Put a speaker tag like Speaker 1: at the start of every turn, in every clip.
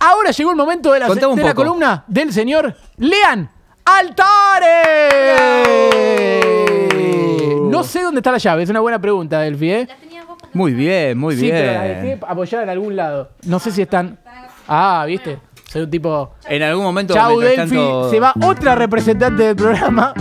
Speaker 1: Ahora llegó el momento de la,
Speaker 2: Contame un
Speaker 1: de la
Speaker 2: poco.
Speaker 1: columna del señor Lean Altare. No sé dónde está la llave, es una buena pregunta, Delphi. ¿eh?
Speaker 3: Las tenías vos porque
Speaker 2: Muy bien, muy
Speaker 1: sí,
Speaker 2: bien.
Speaker 1: pero la dejé apoyada en algún lado. No sé si están. Ah, viste. Soy un tipo.
Speaker 2: En algún momento.
Speaker 1: Chau,
Speaker 2: mientras
Speaker 1: Delphi.
Speaker 2: tanto-
Speaker 1: Se va otra representante del programa.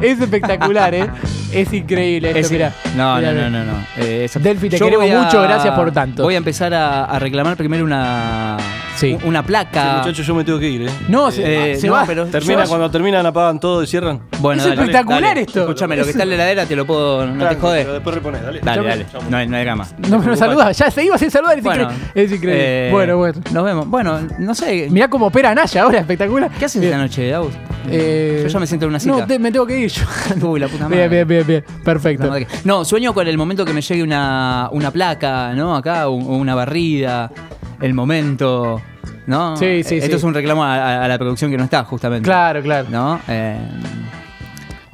Speaker 1: Es espectacular, ¿eh? Es increíble esto,
Speaker 2: Es-
Speaker 1: mirá.
Speaker 2: no,
Speaker 1: Mirá,
Speaker 2: no,
Speaker 1: mirá.
Speaker 2: no, no, no. Eh, esa-
Speaker 1: Delphi, te
Speaker 2: Yo
Speaker 1: queremos
Speaker 2: voy a-
Speaker 1: mucho, gracias por tanto.
Speaker 2: Voy a empezar a, a reclamar primero una,
Speaker 1: Sí.
Speaker 2: u- una placa.
Speaker 4: Muchachos, yo me tengo que ir, ¿eh?
Speaker 1: No, se,
Speaker 2: Eh,
Speaker 1: se
Speaker 2: no,
Speaker 1: va.
Speaker 2: pero-
Speaker 1: se va.
Speaker 4: Termina, cuando terminan, apagan todo y cierran.
Speaker 2: bueno,
Speaker 1: es espectacular esto.
Speaker 2: Escúchame, lo que
Speaker 1: Es-
Speaker 2: está en la heladera te lo puedo. No te
Speaker 4: Tranqui, pero
Speaker 2: jodes.
Speaker 4: después repones, dale.
Speaker 2: Dale,
Speaker 4: Chau.
Speaker 2: dale.
Speaker 4: Chau.
Speaker 2: No, hay- no hay drama.
Speaker 1: No me lo saluda, ya se iba sin saludar, es
Speaker 2: Bueno,
Speaker 1: increíble. Es increíble.
Speaker 2: eh,
Speaker 1: bueno, bueno.
Speaker 2: Nos vemos. Bueno, no sé.
Speaker 1: Mirá cómo opera Naya ahora, espectacular.
Speaker 2: ¿Qué haces esta noche, Agus?
Speaker 1: Eh,
Speaker 2: Yo ya me siento en una cita.
Speaker 1: No, te- me tengo que ir yo.
Speaker 2: Uy, la puta madre.
Speaker 1: Bien, bien, bien, bien.
Speaker 2: La
Speaker 1: Perfecto.
Speaker 2: madre que- No, sueño con el momento que me llegue una, una placa, ¿no? Acá, un- una barrida, el momento, ¿no?
Speaker 1: Sí,
Speaker 2: Eh,
Speaker 1: sí,
Speaker 2: Esto
Speaker 1: sí.
Speaker 2: es un reclamo a, a- a la producción que no está, justamente.
Speaker 1: Claro, claro.
Speaker 2: ¿No? Eh,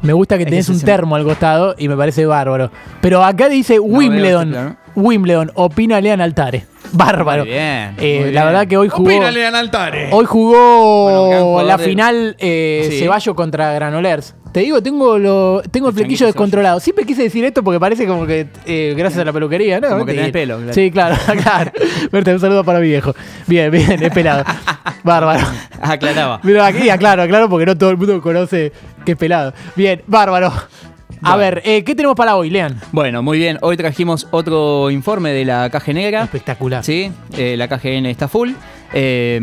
Speaker 1: Me gusta que
Speaker 2: Es
Speaker 1: tenés
Speaker 2: que
Speaker 1: un
Speaker 2: se me-
Speaker 1: termo al costado y me parece bárbaro. Pero acá dice Wimbledon.
Speaker 2: veo este
Speaker 1: Wimbledon, opina Lean Altare. Bárbaro.
Speaker 2: Muy bien,
Speaker 1: Eh,
Speaker 2: muy
Speaker 1: la
Speaker 2: bien.
Speaker 1: verdad que hoy jugó.
Speaker 5: Opínale a Altare.
Speaker 1: Hoy
Speaker 2: Bueno, gran
Speaker 1: jugó
Speaker 2: jugador
Speaker 1: la
Speaker 2: de-
Speaker 1: final eh,
Speaker 2: Sí.
Speaker 1: Ceballo contra Granolers. Te digo, tengo lo, tengo el
Speaker 2: El
Speaker 1: flequillo
Speaker 2: changuito
Speaker 1: descontrolado. Siempre quise decir esto porque parece como que eh, gracias a la peluquería, ¿no?
Speaker 2: Como que
Speaker 1: Mentira.
Speaker 2: tenés pelo, claro.
Speaker 1: Sí, claro, claro. Berta, un saludo para mi viejo. Bien, bien, es pelado. Bárbaro.
Speaker 2: aclaraba.
Speaker 1: Mira, aquí aclaro, aclaro porque no todo el mundo conoce que es pelado. Bien, bárbaro. A
Speaker 2: Bueno.
Speaker 1: ver, eh, ¿qué tenemos para hoy, Lean?
Speaker 2: Bueno, muy bien. Hoy trajimos otro informe de la Caja Negra.
Speaker 1: Espectacular.
Speaker 2: Sí, eh, la KGN está full. Eh,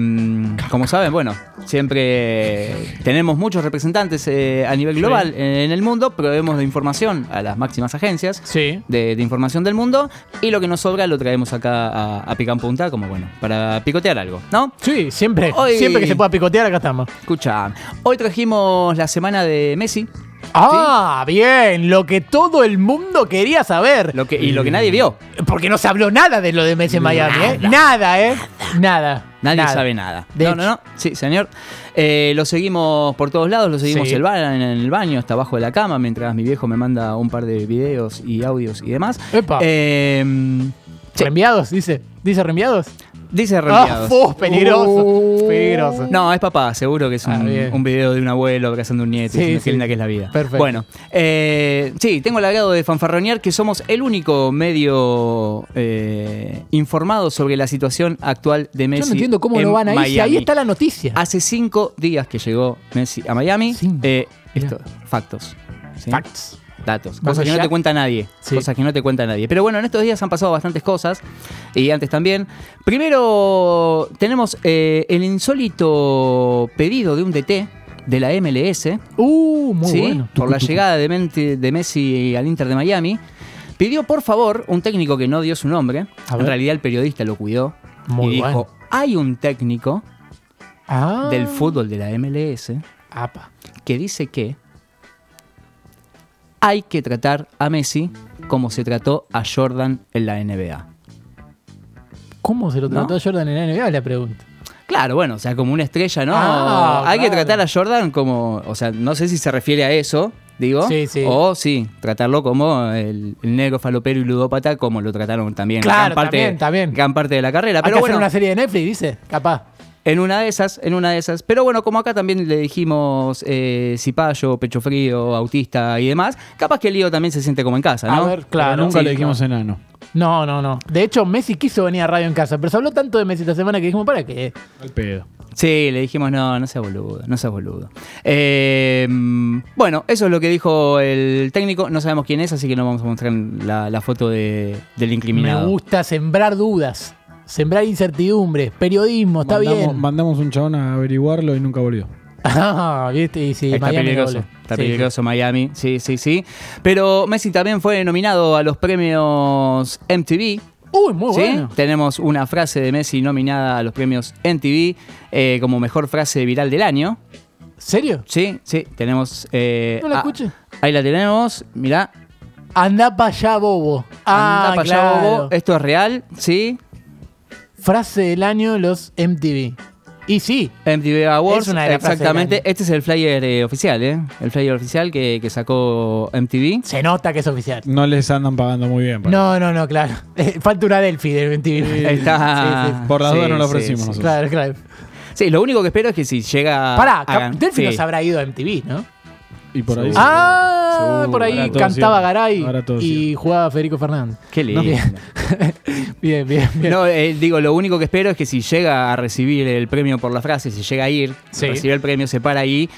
Speaker 2: como saben, bueno, siempre tenemos muchos representantes eh, a nivel global en el mundo, proveemos de información a las máximas agencias
Speaker 1: Sí.
Speaker 2: de, de información del mundo y lo que nos sobra lo traemos acá a, a Pica en Punta, como bueno, para picotear algo, ¿no?
Speaker 1: Sí, siempre.
Speaker 2: Hoy-
Speaker 1: Siempre que se pueda picotear, acá estamos.
Speaker 2: Escucha, hoy trajimos la semana de Messi
Speaker 1: Ah, bien, lo que todo el mundo quería saber. Mm.
Speaker 2: lo que, y lo que nadie vio.
Speaker 1: Porque no se habló nada de lo de Messi en Miami, ¿eh? Nada, ¿eh? Nada.
Speaker 2: Nadie sabe nada.
Speaker 1: De
Speaker 2: no,
Speaker 1: hecho.
Speaker 2: no, no. Sí, señor. Eh, lo seguimos por todos lados, lo seguimos
Speaker 1: Sí.
Speaker 2: el ba- en el baño, hasta abajo de la cama, mientras mi viejo me manda un par de videos y audios y demás.
Speaker 1: Epa.
Speaker 2: Eh, sí,
Speaker 1: ¿Reenviados? Dice. ¿Dice reenviados?
Speaker 2: dice
Speaker 1: Ah,
Speaker 2: reenviados. Uh.
Speaker 1: fu, peligroso. Peligroso.
Speaker 2: No, es papá, seguro que es un,
Speaker 1: Ah, bien.
Speaker 2: un video de un abuelo abrazando a un nieto
Speaker 1: Sí,
Speaker 2: y diciendo
Speaker 1: sí.
Speaker 2: qué linda que es la vida.
Speaker 1: Perfecto.
Speaker 2: Bueno, eh, sí, tengo el agrado de fanfarronear que somos el único medio eh, informado sobre la situación actual de Messi.
Speaker 1: Yo no entiendo cómo
Speaker 2: en
Speaker 1: lo van a ir. si ahí
Speaker 2: Miami. Ah,
Speaker 1: está la noticia.
Speaker 2: Hace cinco días que llegó Messi a Miami.
Speaker 1: Cinco.
Speaker 2: Eh,
Speaker 1: Mirá.
Speaker 2: esto, factos. ¿sí?
Speaker 1: Facts.
Speaker 2: Datos.
Speaker 1: Vamos
Speaker 2: Cosas que no
Speaker 1: allá.
Speaker 2: te cuenta nadie.
Speaker 1: Sí.
Speaker 2: Cosas que no te cuenta nadie. Pero bueno, en estos días han pasado bastantes cosas. Y antes también. Primero, tenemos eh, el insólito pedido de un DT de la MLS.
Speaker 1: Uh, muy
Speaker 2: ¿sí?
Speaker 1: bueno.
Speaker 2: Por la llegada de, Mente- de Messi al Inter de Miami. Pidió, por favor, un técnico que no dio su nombre.
Speaker 1: A
Speaker 2: En
Speaker 1: ver.
Speaker 2: realidad, el periodista lo cuidó.
Speaker 1: Muy
Speaker 2: y dijo:
Speaker 1: bueno.
Speaker 2: Hay un técnico
Speaker 1: Ah.
Speaker 2: del fútbol de la MLS
Speaker 1: Apa.
Speaker 2: que dice que hay que tratar a Messi como se trató a Jordan en la NBA.
Speaker 1: ¿Cómo se lo
Speaker 2: ¿No?
Speaker 1: trató Jordan en la NBA? La pregunta.
Speaker 2: Claro, bueno, o sea, como una estrella, ¿no?
Speaker 1: Ah,
Speaker 2: hay que
Speaker 1: claro.
Speaker 2: tratar a Jordan como, o sea, no sé si se refiere a eso, digo,
Speaker 1: Sí, sí.
Speaker 2: o sí, tratarlo como el, el negro falopero y ludópata como lo trataron también.
Speaker 1: Claro,
Speaker 2: gran parte,
Speaker 1: también, también.
Speaker 2: Gran parte de la carrera,
Speaker 1: Hay
Speaker 2: pero
Speaker 1: que
Speaker 2: bueno.
Speaker 1: hacer una serie de Netflix, dice. Capaz.
Speaker 2: En una de esas, en una de esas. Pero bueno, como acá también le dijimos eh, cipayo, pecho frío, autista y demás, capaz que el lío también se siente como en casa,
Speaker 1: A
Speaker 2: ¿no?
Speaker 1: ver, claro.
Speaker 5: Nunca
Speaker 1: Sí,
Speaker 5: le dijimos enano.
Speaker 1: No, no, no. De hecho, Messi quiso venir a radio en casa, pero se habló tanto de Messi esta semana que dijimos, ¿para qué?
Speaker 5: Al pedo.
Speaker 2: Sí, le dijimos, no, no seas boludo, no seas boludo. Eh, bueno, eso es lo que dijo el técnico. No sabemos quién es, así que no vamos a mostrar la, la foto de- del
Speaker 1: Me
Speaker 2: incriminado.
Speaker 1: gusta sembrar dudas, sembrar incertidumbres, periodismo, está
Speaker 5: mandamos,
Speaker 1: bien.
Speaker 5: Mandamos un chabón a averiguarlo y nunca volvió.
Speaker 1: Ah, ¿viste? Y sí,
Speaker 2: Está
Speaker 1: Miami
Speaker 2: peligroso,
Speaker 1: doble.
Speaker 2: está
Speaker 1: Sí,
Speaker 2: peligroso Miami, sí, sí, sí. Pero Messi también fue nominado a los premios MTV,
Speaker 1: sí. Uy, muy
Speaker 2: ¿Sí?
Speaker 1: Oh, bueno.
Speaker 2: Tenemos una frase de Messi nominada a los premios NTV eh, como mejor frase viral del año.
Speaker 1: ¿Serio?
Speaker 2: Sí, sí, tenemos. eh,
Speaker 1: No la
Speaker 2: ah,
Speaker 1: escuché.
Speaker 2: Ahí la tenemos, mirá.
Speaker 1: Anda para allá, bobo. Ah,
Speaker 2: Andá pa' allá,
Speaker 1: claro.
Speaker 2: bobo. Esto es real, sí.
Speaker 1: Frase del año los MTV. Y sí,
Speaker 2: MTV Awards,
Speaker 1: Es una de las frases
Speaker 2: exactamente.
Speaker 1: del año.
Speaker 2: Este es el flyer eh, oficial, ¿eh? El flyer oficial que, que sacó MTV.
Speaker 1: se nota que es oficial.
Speaker 5: No les andan pagando muy bien. parece.
Speaker 1: No, no, no, claro. Eh, Falta una Delphi del MTV.
Speaker 2: Está...
Speaker 1: Sí, sí.
Speaker 5: Por las
Speaker 2: Sí,
Speaker 5: dudas no lo
Speaker 2: sí,
Speaker 5: ofrecimos
Speaker 2: sí.
Speaker 5: nosotros.
Speaker 1: Claro, claro.
Speaker 2: Sí, lo único que espero es que si llega.
Speaker 1: Pará,
Speaker 2: a
Speaker 1: Cap-
Speaker 2: gan-
Speaker 1: Delphi
Speaker 2: Ah, sí.
Speaker 1: nos habrá ido a MTV, ¿no?
Speaker 5: Y por ahí.
Speaker 2: Seguro.
Speaker 1: Ah,
Speaker 5: Seguro.
Speaker 1: por ahí
Speaker 5: Ahora todo
Speaker 1: cantaba
Speaker 5: cierra.
Speaker 1: Garay
Speaker 5: Ahora todo
Speaker 1: y jugaba Federico Fernández.
Speaker 2: Qué lindo.
Speaker 1: Bien. bien, bien, bien.
Speaker 2: No, eh, digo, lo único que espero es que si llega a recibir el premio por la frase, si llega a ir,
Speaker 1: Sí.
Speaker 2: recibe el premio, se para ahí,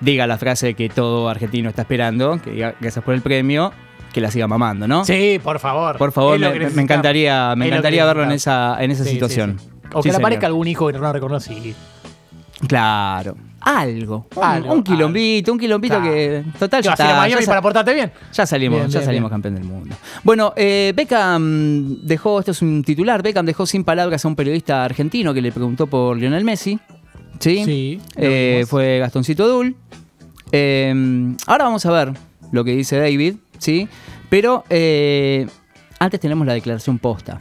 Speaker 2: diga la frase que todo argentino está esperando, que diga gracias por el premio, que la siga mamando, ¿no?
Speaker 1: Sí, por favor.
Speaker 2: Por favor,
Speaker 1: Es lo
Speaker 2: me,
Speaker 1: que
Speaker 2: me
Speaker 1: necesitamos.
Speaker 2: encantaría, me
Speaker 1: Es lo que
Speaker 2: encantaría verlo en
Speaker 1: necesitamos.
Speaker 2: esa, en esa
Speaker 1: Sí, sí,
Speaker 2: situación.
Speaker 1: sí. O que
Speaker 2: Sí,
Speaker 1: le
Speaker 2: señor.
Speaker 1: aparezca algún hijo que no reconocí.
Speaker 2: Claro. Algo. Un-
Speaker 1: Algo,
Speaker 2: un quilombito, un quilombito
Speaker 1: Claro.
Speaker 2: que. Total,
Speaker 1: Que
Speaker 2: ya
Speaker 1: va a ser
Speaker 2: está,
Speaker 1: la mayor
Speaker 2: ya
Speaker 1: y para
Speaker 2: sa-
Speaker 1: portarte bien.
Speaker 2: Ya salimos,
Speaker 1: Bien,
Speaker 2: ya
Speaker 1: bien,
Speaker 2: salimos
Speaker 1: bien.
Speaker 2: campeón del mundo. Bueno, eh, Beckham dejó, esto es un titular, Beckham dejó sin palabras a un periodista argentino que le preguntó por Lionel Messi. ¿Sí?
Speaker 1: Sí, lo
Speaker 2: Eh,
Speaker 1: vimos.
Speaker 2: fue Gastoncito Dul. Eh, ahora vamos a ver lo que dice David, ¿sí? Pero eh, antes tenemos la declaración posta.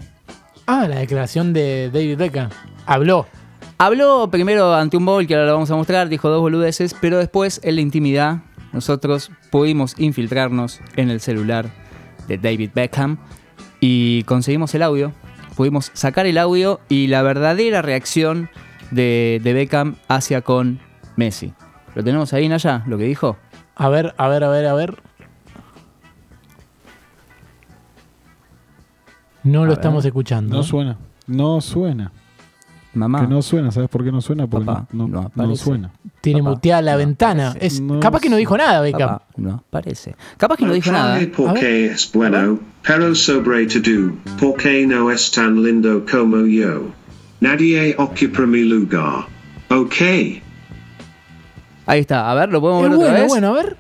Speaker 1: Ah, la declaración de David Beckham. Habló.
Speaker 2: Habló primero ante un bowl, que ahora lo vamos a mostrar, dijo dos boludeces, pero después en la intimidad nosotros pudimos infiltrarnos en el celular de David Beckham y conseguimos el audio, pudimos sacar el audio y la verdadera reacción de, de Beckham hacia con Messi. ¿Lo tenemos ahí, Naya, lo que dijo?
Speaker 1: A ver, a ver, a ver, a ver. No lo
Speaker 2: ver.
Speaker 1: estamos escuchando.
Speaker 5: No suena. No suena.
Speaker 2: Mamá.
Speaker 1: Ah.
Speaker 5: Que no suena. ¿Sabes por qué no suena? Porque
Speaker 2: Papá,
Speaker 5: no,
Speaker 2: no
Speaker 5: no, no
Speaker 2: aparece.
Speaker 5: suena.
Speaker 1: Tiene
Speaker 2: Papá,
Speaker 1: muteada la
Speaker 2: no,
Speaker 1: ventana.
Speaker 2: parece.
Speaker 1: Es,
Speaker 5: No
Speaker 1: capaz que no
Speaker 5: sé.
Speaker 1: dijo nada, Beckham.
Speaker 2: Papá, no, parece. Capaz que no dijo nada.
Speaker 3: Trae porque es bueno, pero sobre todo, porque no es tan lindo como yo. Nadie ocupa mi lugar. Ok,
Speaker 2: Ahí está, a ver, lo podemos
Speaker 1: Es
Speaker 2: ver otra
Speaker 1: bueno,
Speaker 2: vez.
Speaker 1: bueno, a ver.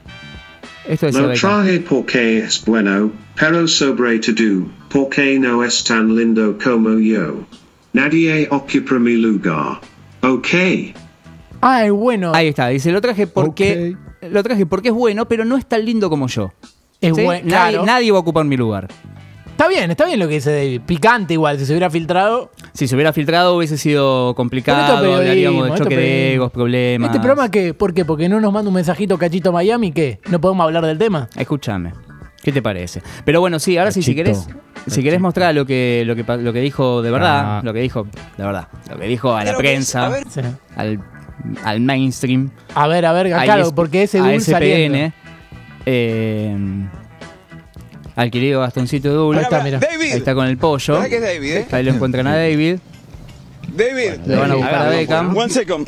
Speaker 2: Esto es
Speaker 3: lo
Speaker 2: Beckham.
Speaker 3: traje porque es bueno, pero sobre todo, porque no es tan lindo como yo. Nadie ocupa mi lugar. Ok.
Speaker 1: Ah, es bueno.
Speaker 2: Ahí está, dice, lo traje porque lo traje porque es bueno, pero no es tan lindo como yo.
Speaker 1: es
Speaker 2: ¿Sí?
Speaker 1: bueno.
Speaker 2: nadie,
Speaker 1: claro.
Speaker 2: nadie va a ocupar mi lugar.
Speaker 1: Está bien, está bien lo que dice David. Picante igual, si se hubiera filtrado.
Speaker 2: Si se hubiera filtrado hubiese sido
Speaker 1: Pero esto
Speaker 2: complicado,
Speaker 1: es periodismo,
Speaker 2: hablaríamos de
Speaker 1: esto
Speaker 2: choque
Speaker 1: es
Speaker 2: de
Speaker 1: periodismo.
Speaker 2: egos, problemas.
Speaker 1: ¿Este programa qué? ¿Por qué? ¿Porque no nos manda un mensajito cachito Miami? ¿Qué? ¿No podemos hablar del tema?
Speaker 2: Escúchame. ¿Qué te parece? Pero bueno, sí, ahora sí, si
Speaker 5: Cachito.
Speaker 2: querés, si querés mostrar lo que, lo que pa- lo que dijo de
Speaker 1: Ah.
Speaker 2: verdad, lo que dijo, de verdad, lo que dijo a la prensa,
Speaker 1: Sí.
Speaker 2: al, al mainstream,
Speaker 1: A ver, a ver,
Speaker 2: a
Speaker 1: Ah, claro,
Speaker 2: ES-
Speaker 1: porque ese
Speaker 2: a
Speaker 1: dulce saliendo.
Speaker 2: SPN, eh, al querido Gastoncito Dul.
Speaker 1: Ahí está, mira.
Speaker 2: Ahí está con el pollo.
Speaker 6: ¿Verdad que es David, eh?
Speaker 2: Ahí lo encuentran a David.
Speaker 6: David. Eh,
Speaker 2: Lo van a buscar a Beckham.
Speaker 6: One second.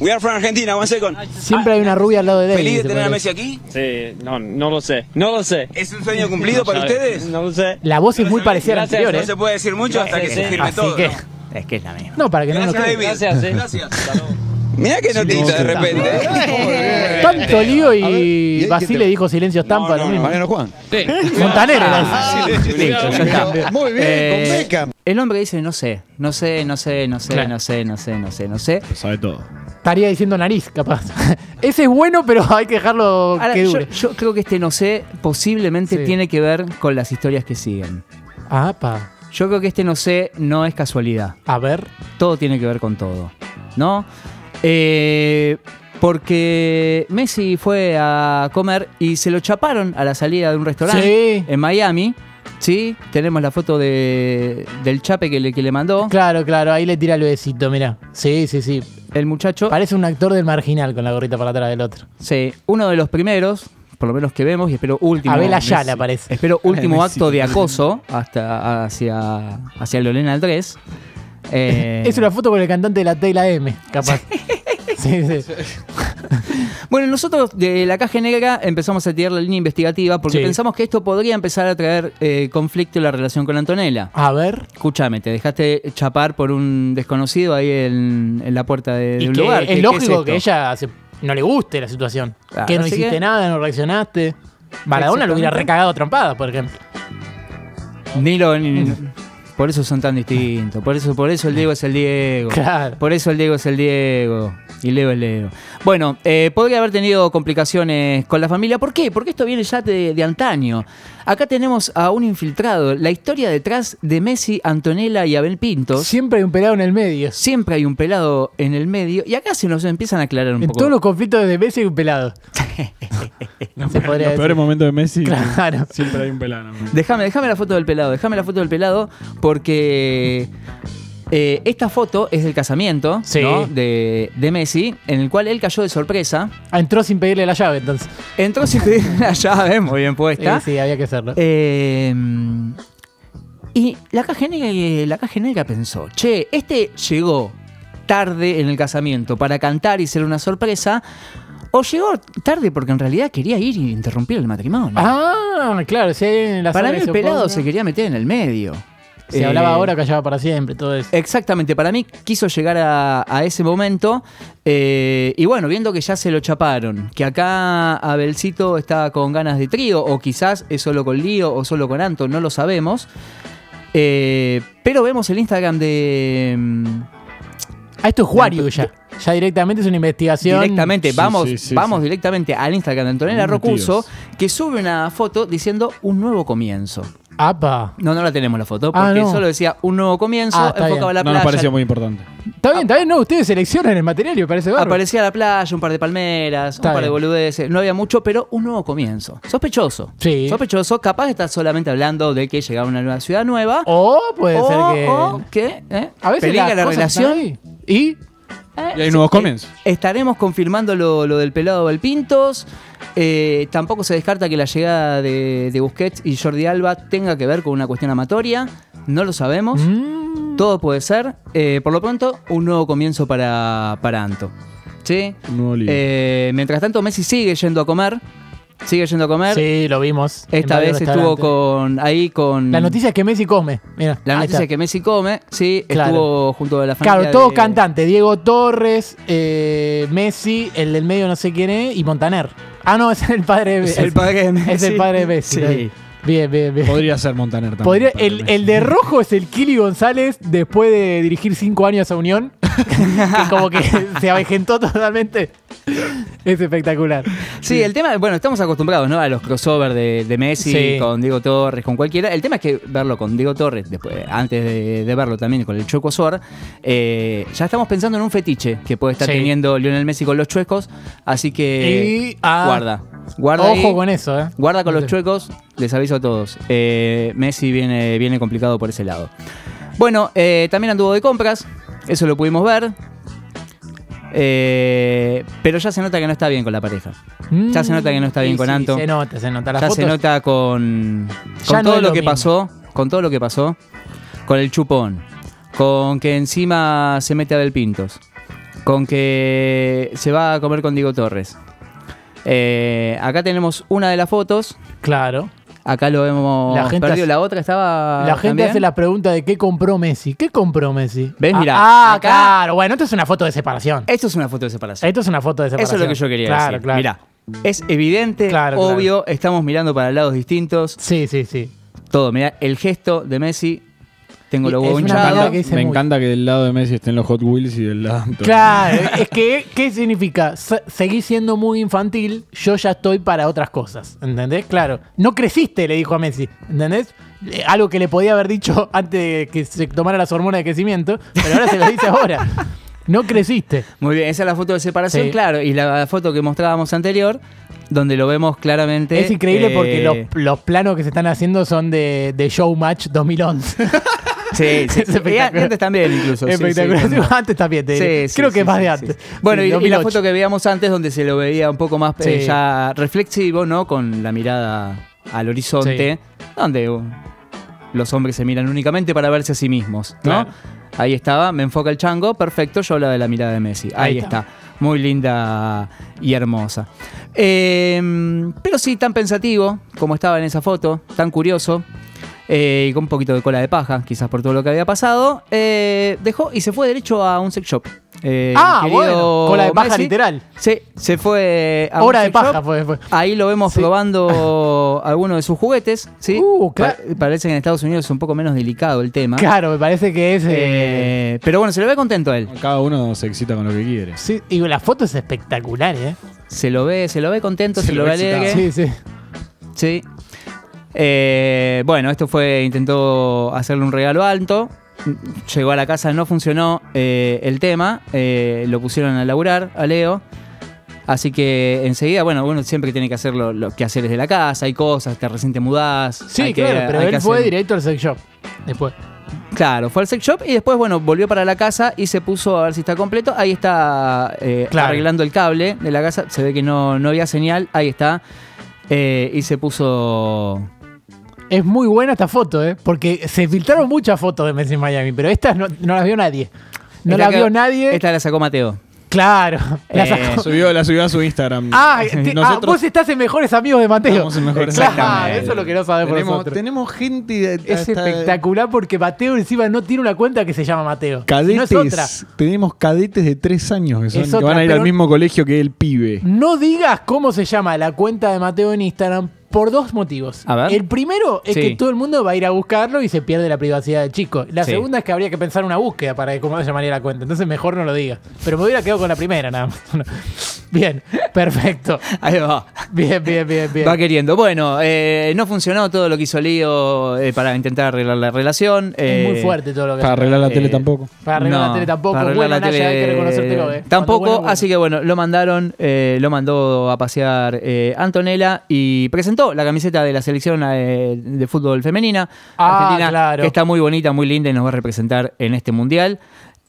Speaker 6: We are from Argentina, one second.
Speaker 1: Siempre hay una rubia al lado de David.
Speaker 6: ¿Feliz de
Speaker 1: se
Speaker 6: tener a
Speaker 1: parece.
Speaker 6: Messi aquí?
Speaker 7: Sí, no, no lo sé, no lo sé.
Speaker 6: ¿Es un sueño cumplido para ustedes?
Speaker 7: No lo sé.
Speaker 1: La voz es muy parecida a la
Speaker 7: Gracias,
Speaker 1: anterior,
Speaker 6: No
Speaker 1: ¿eh?
Speaker 6: se puede decir mucho hasta que se firme
Speaker 1: Así
Speaker 6: todo.
Speaker 1: que.
Speaker 6: ¿no?
Speaker 2: Es que es la misma.
Speaker 1: No, para que no nos
Speaker 6: Gracias,
Speaker 1: quede.
Speaker 6: David.
Speaker 7: Gracias, sí.
Speaker 6: Gracias. Mirá qué notita de repente. ¿eh?
Speaker 1: Tanto lío y Basile dijo silencio estampa lo mismo.
Speaker 8: Mariano Juan.
Speaker 1: Montanero era ese.
Speaker 2: Ah, Listo, ya está.
Speaker 8: Muy bien,
Speaker 2: Eh,
Speaker 8: con Beckham.
Speaker 2: El hombre dice, no sé, no sé, no sé, no sé,
Speaker 1: Claro.
Speaker 2: no sé, no sé, no sé, no sé.
Speaker 5: Sabe todo.
Speaker 1: Estaría diciendo nariz, capaz. Ese es bueno, pero hay que dejarlo
Speaker 2: Ahora,
Speaker 1: que
Speaker 2: yo,
Speaker 1: dure.
Speaker 2: yo creo que este no sé posiblemente
Speaker 1: Oh, Sí.
Speaker 2: tiene que ver con las historias que siguen.
Speaker 1: Ah, pa.
Speaker 2: Yo creo que este no sé no es casualidad.
Speaker 1: A ver.
Speaker 2: Todo tiene que ver con todo, ¿no? Eh, porque Messi fue a comer y se lo chaparon a la salida de un restaurante.
Speaker 1: Sí.
Speaker 2: en Miami. Sí, tenemos la foto de, del chape que le, que le mandó
Speaker 1: Claro, claro, ahí le tira el besito, mirá. Sí, sí, sí.
Speaker 2: el muchacho.
Speaker 1: Parece un actor del marginal con la gorrita para atrás del otro.
Speaker 2: Sí, uno de los primeros, por lo menos que vemos, y espero último.
Speaker 1: Abel Ayala parece.
Speaker 2: Espero último
Speaker 5: Messi.
Speaker 2: acto de acoso hasta hacia, hacia Lorena Andrés. Eh,
Speaker 1: Es una foto con el cantante de la Tela M, capaz. Sí, sí.
Speaker 2: Bueno, nosotros de la Caja Negra empezamos a tirar la línea investigativa porque
Speaker 1: Sí.
Speaker 2: pensamos que esto podría empezar a traer eh, conflicto en la relación con Antonella.
Speaker 1: A ver.
Speaker 2: Escúchame, te dejaste chapar por un desconocido ahí en, en la puerta de, de
Speaker 1: Y
Speaker 2: un
Speaker 1: que
Speaker 2: lugar. ¿Qué- qué
Speaker 1: es lógico
Speaker 2: esto?
Speaker 1: que ella se- no le guste la situación.
Speaker 2: Claro,
Speaker 1: que no
Speaker 2: así
Speaker 1: hiciste
Speaker 2: que-
Speaker 1: nada, no reaccionaste. Maradona lo hubiera
Speaker 2: Exactamente.
Speaker 1: recagado a trompadas, por ejemplo.
Speaker 2: Ni lo. ni- Por eso son tan distintos. Por eso, por eso el Diego es el Diego.
Speaker 1: Claro.
Speaker 2: Por eso el Diego es el Diego. Y Leo es Leo. Bueno, eh, podría haber tenido complicaciones con la familia. ¿Por qué? Porque esto viene ya de, de antaño. Acá tenemos a un infiltrado. La historia detrás de Messi, Antonella y Abel Pinto.
Speaker 1: Siempre hay un pelado en el medio.
Speaker 2: Siempre hay un pelado en el medio. Y acá se nos empiezan a aclarar un
Speaker 1: En
Speaker 2: poco.
Speaker 1: todos los conflictos de Messi hay un pelado. Se podría
Speaker 5: Los peores
Speaker 1: decir.
Speaker 5: momentos de Messi.
Speaker 1: Claro.
Speaker 5: Siempre hay un pelano.
Speaker 2: Déjame, déjame la foto del pelado, déjame la foto del pelado, porque eh, esta foto es del casamiento
Speaker 1: Sí.
Speaker 2: ¿no? de, de Messi, en el cual él cayó de sorpresa.
Speaker 1: Ah, Entró sin pedirle la llave, entonces.
Speaker 2: Entró sin pedir la llave, muy bien puesta.
Speaker 1: Eh, sí, había que hacerlo.
Speaker 2: Eh, y la caja, negra, la caja negra pensó, che, este llegó tarde en el casamiento para cantar y ser una sorpresa, o llegó tarde porque en realidad quería ir y interrumpir el matrimonio.
Speaker 1: Ah, claro, si hay en la
Speaker 2: para
Speaker 1: sala
Speaker 2: mí
Speaker 1: que
Speaker 2: el
Speaker 1: se
Speaker 2: pelado
Speaker 1: oponga,
Speaker 2: se quería meter en el medio.
Speaker 1: Se
Speaker 2: Eh,
Speaker 1: hablaba ahora, callaba para siempre, todo eso.
Speaker 2: Exactamente, para mí quiso llegar a, a ese momento eh, y bueno, viendo que ya se lo chaparon, que acá Abelcito está con ganas de trío o quizás es solo con Lío o solo con Anto, no lo sabemos. Eh, pero vemos el Instagram de... mm,
Speaker 1: Ah, esto es Wario ya. Ya directamente es una investigación.
Speaker 2: Directamente,
Speaker 5: Sí,
Speaker 2: vamos,
Speaker 5: sí, sí,
Speaker 2: vamos
Speaker 5: sí.
Speaker 2: directamente al Instagram de Antonella
Speaker 5: Muy metidos.
Speaker 2: Rocurso, que sube una foto diciendo un nuevo comienzo.
Speaker 1: Apa.
Speaker 2: No, no la tenemos la foto,
Speaker 1: Ah,
Speaker 2: porque
Speaker 1: no.
Speaker 2: solo decía un nuevo comienzo,
Speaker 1: Ah, está
Speaker 2: enfocaba
Speaker 1: bien.
Speaker 2: la
Speaker 5: No
Speaker 2: playa,
Speaker 5: nos pareció muy importante.
Speaker 1: Está bien, está bien, no, ustedes seleccionan el material y me parece bárbaro.
Speaker 2: Aparecía la playa, un par de palmeras,
Speaker 1: Está
Speaker 2: un par de
Speaker 1: bien.
Speaker 2: boludeces. No había mucho, pero un nuevo comienzo. Sospechoso.
Speaker 1: Sí.
Speaker 2: Sospechoso. Capaz está solamente hablando de que llegaba una nueva ciudad nueva.
Speaker 1: O puede ser
Speaker 2: o-
Speaker 1: que.
Speaker 2: o que, eh,
Speaker 1: a veces
Speaker 2: peligra
Speaker 1: las
Speaker 2: la
Speaker 1: cosas están
Speaker 2: relación.
Speaker 1: ahí. Y.
Speaker 5: Y hay
Speaker 1: eh,
Speaker 5: nuevos comienzos.
Speaker 2: Estaremos confirmando lo, lo del pelado del Pintos. Eh, tampoco se descarta que la llegada de, de Busquets y Jordi Alba tenga que ver con una cuestión amatoria. No lo sabemos.
Speaker 1: Mm,
Speaker 2: Todo puede ser. Eh, por lo pronto, un nuevo comienzo para, para Anto. ¿Sí?
Speaker 5: Un nuevo libro.
Speaker 2: Eh, mientras tanto, Messi sigue yendo a comer. Sigue yendo a comer.
Speaker 1: sí, lo vimos. en
Speaker 2: Esta
Speaker 1: varios
Speaker 2: vez estuvo
Speaker 1: restaurantes.
Speaker 2: con. ahí con.
Speaker 1: La noticia es que Messi come. Mira,
Speaker 2: La
Speaker 1: ahí
Speaker 2: noticia
Speaker 1: está.
Speaker 2: es que Messi come. Sí,
Speaker 1: Claro.
Speaker 2: estuvo junto a la familia.
Speaker 1: Claro, todo
Speaker 2: de-
Speaker 1: cantante. Diego Torres, eh, Messi, el del medio no sé quién es, y Montaner. Ah, no, es el padre de
Speaker 2: Es el padre de Messi.
Speaker 1: Es el padre de Messi.
Speaker 2: Sí.
Speaker 1: Bien, bien, bien.
Speaker 5: Podría ser Montaner también.
Speaker 1: Podría-
Speaker 5: para
Speaker 1: el,
Speaker 5: Messi.
Speaker 1: el de rojo es el Kili González después de dirigir cinco años a Unión. que como que se avejentó totalmente. Es espectacular.
Speaker 2: Sí, el tema, bueno, estamos acostumbrados, ¿no? A los crossover de, de Messi
Speaker 1: Sí.
Speaker 2: con Diego Torres, con cualquiera. El tema es que verlo con Diego Torres, después, antes de, de verlo también con el Chueco Sor, eh, ya estamos pensando en un fetiche que puede estar
Speaker 1: Sí.
Speaker 2: teniendo Lionel Messi con los chuecos. Así que
Speaker 1: Y- ah.
Speaker 2: Eh, guarda. Guarda
Speaker 1: Ojo
Speaker 2: ahí.
Speaker 1: con eso, ¿eh?
Speaker 2: Guarda con los
Speaker 1: Sí.
Speaker 2: chuecos, les aviso a todos. Eh, Messi viene, viene complicado por ese lado. Bueno, eh, también anduvo de compras, eso lo pudimos ver. Eh, pero ya se nota que no está bien con la pareja. Ya se nota que no está
Speaker 1: Mm.
Speaker 2: bien
Speaker 1: Sí,
Speaker 2: con
Speaker 1: sí,
Speaker 2: Anto.
Speaker 1: Se nota, se nota. Las
Speaker 2: ya se
Speaker 1: fotos-
Speaker 2: nota con,
Speaker 1: Ya
Speaker 2: con
Speaker 1: no
Speaker 2: todo
Speaker 1: es
Speaker 2: lo,
Speaker 1: lo
Speaker 2: que
Speaker 1: mismo.
Speaker 2: pasó, con todo lo que pasó, con el chupón, con que encima se mete a Del Pintos, con que se va a comer con Diego Torres. Eh, acá tenemos una de las fotos.
Speaker 1: Claro.
Speaker 2: Acá lo hemos
Speaker 1: La gente
Speaker 2: perdido.
Speaker 1: hace-
Speaker 2: la otra estaba.
Speaker 1: La gente
Speaker 2: Ah, también.
Speaker 1: hace la pregunta de qué compró Messi. ¿Qué compró Messi?
Speaker 2: ¿Ves?
Speaker 1: Ah,
Speaker 2: Mirá,
Speaker 1: Ah,
Speaker 2: acá-
Speaker 1: claro. Bueno, esto es una foto de separación.
Speaker 2: Esto es una foto de separación.
Speaker 1: Esto es una foto de
Speaker 2: Eso
Speaker 1: separación.
Speaker 2: es lo que yo quería
Speaker 1: claro,
Speaker 2: decir.
Speaker 1: Claro,
Speaker 2: Mirá, es evidente,
Speaker 1: Claro, claro.
Speaker 2: obvio, estamos mirando para lados distintos.
Speaker 1: Sí, sí, sí.
Speaker 2: Todo, mirá, el gesto de Messi. Tengo
Speaker 1: Y
Speaker 2: los
Speaker 1: es
Speaker 2: huevos
Speaker 1: una
Speaker 5: Me
Speaker 2: hinchados.
Speaker 5: encanta,
Speaker 1: Lo que dice
Speaker 5: me
Speaker 1: muy-
Speaker 5: encanta que del lado de Messi estén los Hot Wheels y del lado. de-
Speaker 1: Claro, es que, ¿qué significa? Se- seguí siendo muy infantil, yo ya estoy para otras cosas, ¿entendés? Claro, no creciste, le dijo a Messi, ¿entendés? Eh, Algo que le podía haber dicho antes de que se tomara las hormonas de crecimiento, pero ahora se lo dice ahora. No creciste.
Speaker 2: Muy bien, esa es la foto de separación,
Speaker 1: Sí.
Speaker 2: claro. Y la foto que mostrábamos anterior, donde lo vemos claramente.
Speaker 1: Es increíble porque
Speaker 2: eh,
Speaker 1: los, los planos que se están haciendo son de, de Showmatch 2011.
Speaker 2: Sí, sí.
Speaker 1: Es espectacular.
Speaker 2: Y antes también, incluso. sí, sí,
Speaker 1: Espectacular.
Speaker 2: cuando-
Speaker 1: antes también, te diré.
Speaker 2: Sí, sí,
Speaker 1: Creo
Speaker 2: sí,
Speaker 1: que es más
Speaker 2: sí,
Speaker 1: de
Speaker 2: sí.
Speaker 1: antes.
Speaker 2: Bueno,
Speaker 1: Sí,
Speaker 2: y- y, la
Speaker 1: 2008.
Speaker 2: foto que veíamos antes donde se lo veía un poco más eh,
Speaker 1: Sí.
Speaker 2: ya reflexivo, ¿no? Con la mirada al horizonte, donde uh, los hombres se miran únicamente para verse a sí mismos, ¿no?
Speaker 5: Claro.
Speaker 2: Ahí estaba, me enfoca el chango, perfecto, yo la de la mirada de Messi. Ahí,
Speaker 1: Ahí
Speaker 2: está.
Speaker 1: está.
Speaker 2: Muy linda y hermosa. Eh, pero sí, tan pensativo como estaba en esa foto, tan curioso. eh, y con un poquito de cola de paja, quizás por todo lo que había pasado, eh, dejó y se fue derecho a un sex shop. eh,
Speaker 1: Ah,
Speaker 2: querido
Speaker 1: bueno, cola de paja
Speaker 2: Messi.
Speaker 1: literal.
Speaker 2: Sí, se fue a ah, un
Speaker 1: Hora de
Speaker 2: sex shop.
Speaker 1: paja fue- fue.
Speaker 2: Ahí lo vemos
Speaker 1: Sí.
Speaker 2: probando alguno de sus juguetes, ¿sí?
Speaker 1: Uh, cla-
Speaker 2: Pa- parece que en Estados Unidos es un poco menos delicado el tema.
Speaker 1: Claro, me parece que es. eh,
Speaker 2: Ah. Eh, pero bueno, se lo ve contento a él.
Speaker 5: Cada uno se excita con lo que quiere.
Speaker 1: sí, y la foto es espectacular, ¿eh?
Speaker 2: Se lo ve, se lo ve contento, se,
Speaker 5: Se
Speaker 2: lo
Speaker 5: lo
Speaker 2: ve
Speaker 5: ve
Speaker 2: alegre.
Speaker 5: excitado.
Speaker 1: Sí, sí.
Speaker 2: Sí. Eh, bueno, esto fue. Intentó hacerle un regalo alto. Llegó a la casa, no funcionó eh, el tema. eh, lo pusieron a laburar a Leo. Así que enseguida, bueno, uno siempre tiene que hacer lo, lo que hacer desde la casa. Hay cosas, te recién te mudás.
Speaker 1: Sí,
Speaker 2: hay que-
Speaker 1: claro, pero
Speaker 2: hay que
Speaker 1: él fue
Speaker 2: hacer-
Speaker 1: directo al sex shop. Después.
Speaker 2: Claro, fue al sex shop y después, bueno, volvió para la casa y se puso a ver si está completo. Ahí está eh,
Speaker 1: Claro.
Speaker 2: arreglando el cable de la casa. Se ve que no, no había señal. Ahí está. Eh, y se puso
Speaker 1: Es muy buena esta foto, ¿eh? Porque se filtraron muchas fotos de Messi en Miami, pero estas no, no las vio nadie. No
Speaker 2: Esta
Speaker 1: las
Speaker 2: que-
Speaker 1: vio nadie.
Speaker 2: Esta la sacó Mateo.
Speaker 1: Claro. la
Speaker 2: Eh,
Speaker 5: La
Speaker 1: sacó.
Speaker 5: subió, la subió a su Instagram.
Speaker 1: Ah, te- ah,
Speaker 5: Nosotros
Speaker 1: vos estás en Mejores Amigos de Mateo.
Speaker 5: Estamos en Mejores
Speaker 1: Claro,
Speaker 5: Amigos.
Speaker 1: eso es lo que no sabemos
Speaker 5: tenemos,
Speaker 1: nosotros.
Speaker 5: tenemos gente. de-
Speaker 1: Es
Speaker 5: hasta-
Speaker 1: espectacular porque Mateo encima no tiene una cuenta que se llama Mateo. Si No
Speaker 5: Cadetes.
Speaker 1: es otra.
Speaker 5: Tenemos cadetes de tres años que, son-
Speaker 1: Es
Speaker 5: que
Speaker 1: otra,
Speaker 5: van a ir
Speaker 1: pero-
Speaker 5: al mismo colegio que el pibe.
Speaker 1: No digas cómo se llama la cuenta de Mateo en Instagram por dos motivos.
Speaker 2: A ver.
Speaker 1: El primero es
Speaker 2: Sí.
Speaker 1: que todo el mundo va a ir a buscarlo y se pierde la privacidad del chico. La
Speaker 2: Sí.
Speaker 1: segunda es que habría que pensar una búsqueda para cómo se llamaría la cuenta. Entonces mejor no lo digas. Pero me hubiera quedado con la primera nada más. Bien, perfecto.
Speaker 2: Ahí va.
Speaker 1: Bien, bien, bien, bien.
Speaker 2: Va queriendo. Bueno, eh, no funcionó todo lo que hizo Leo eh, para intentar arreglar la relación.
Speaker 1: es muy
Speaker 2: eh,
Speaker 1: fuerte todo lo que
Speaker 5: Para arreglar la tele
Speaker 2: eh,
Speaker 5: tampoco.
Speaker 1: Para arreglar
Speaker 2: no,
Speaker 1: la tele tampoco.
Speaker 2: para arreglar
Speaker 1: Bueno,
Speaker 2: la
Speaker 1: Naya,
Speaker 2: tele,
Speaker 1: hay que reconocértelo, eh. Cuando
Speaker 2: Tampoco,
Speaker 1: bueno, bueno.
Speaker 2: así que bueno, lo mandaron, eh, lo mandó a pasear eh, Antonella y presentó la camiseta de la selección eh, de fútbol femenina
Speaker 1: Ah,
Speaker 2: argentina,
Speaker 1: claro.
Speaker 2: que está muy bonita, muy linda y nos va a representar en este mundial.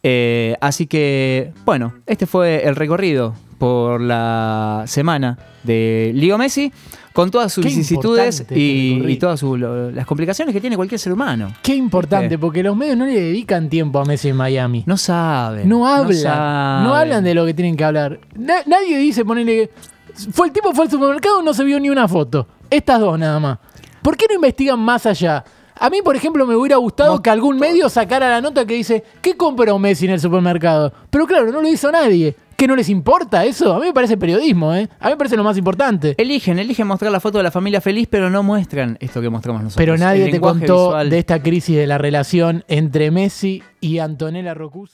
Speaker 2: Eh, así que, bueno, este fue el recorrido por la semana de Leo Messi, con todas sus
Speaker 1: Qué
Speaker 2: vicisitudes
Speaker 1: importante este
Speaker 2: y,
Speaker 1: recorrido.
Speaker 2: y todas sus- lo- las complicaciones que tiene cualquier ser humano.
Speaker 1: Qué importante,
Speaker 2: Sí.
Speaker 1: porque los medios no le dedican tiempo a Messi en Miami.
Speaker 2: No saben.
Speaker 1: No hablan. No,
Speaker 2: saben.
Speaker 1: hablan de lo que tienen que hablar. Na- nadie dice, ponele. Fue el tipo fue al supermercado, no se vio ni una foto. Estas dos nada más. ¿Por qué no investigan más allá? A mí, por ejemplo, me hubiera gustado que algún medio sacara la nota que dice, ¿qué compró Messi en el supermercado? Pero claro, no lo hizo nadie. ¿Qué no les importa eso? A mí me parece periodismo, ¿eh? A mí me parece lo más importante.
Speaker 2: Eligen, eligen mostrar la foto de la familia feliz, pero no muestran esto que mostramos nosotros.
Speaker 1: Pero nadie
Speaker 2: El
Speaker 1: te
Speaker 2: lenguaje
Speaker 1: contó
Speaker 2: visual.
Speaker 1: de esta crisis de la relación entre Messi y Antonella Rocuso.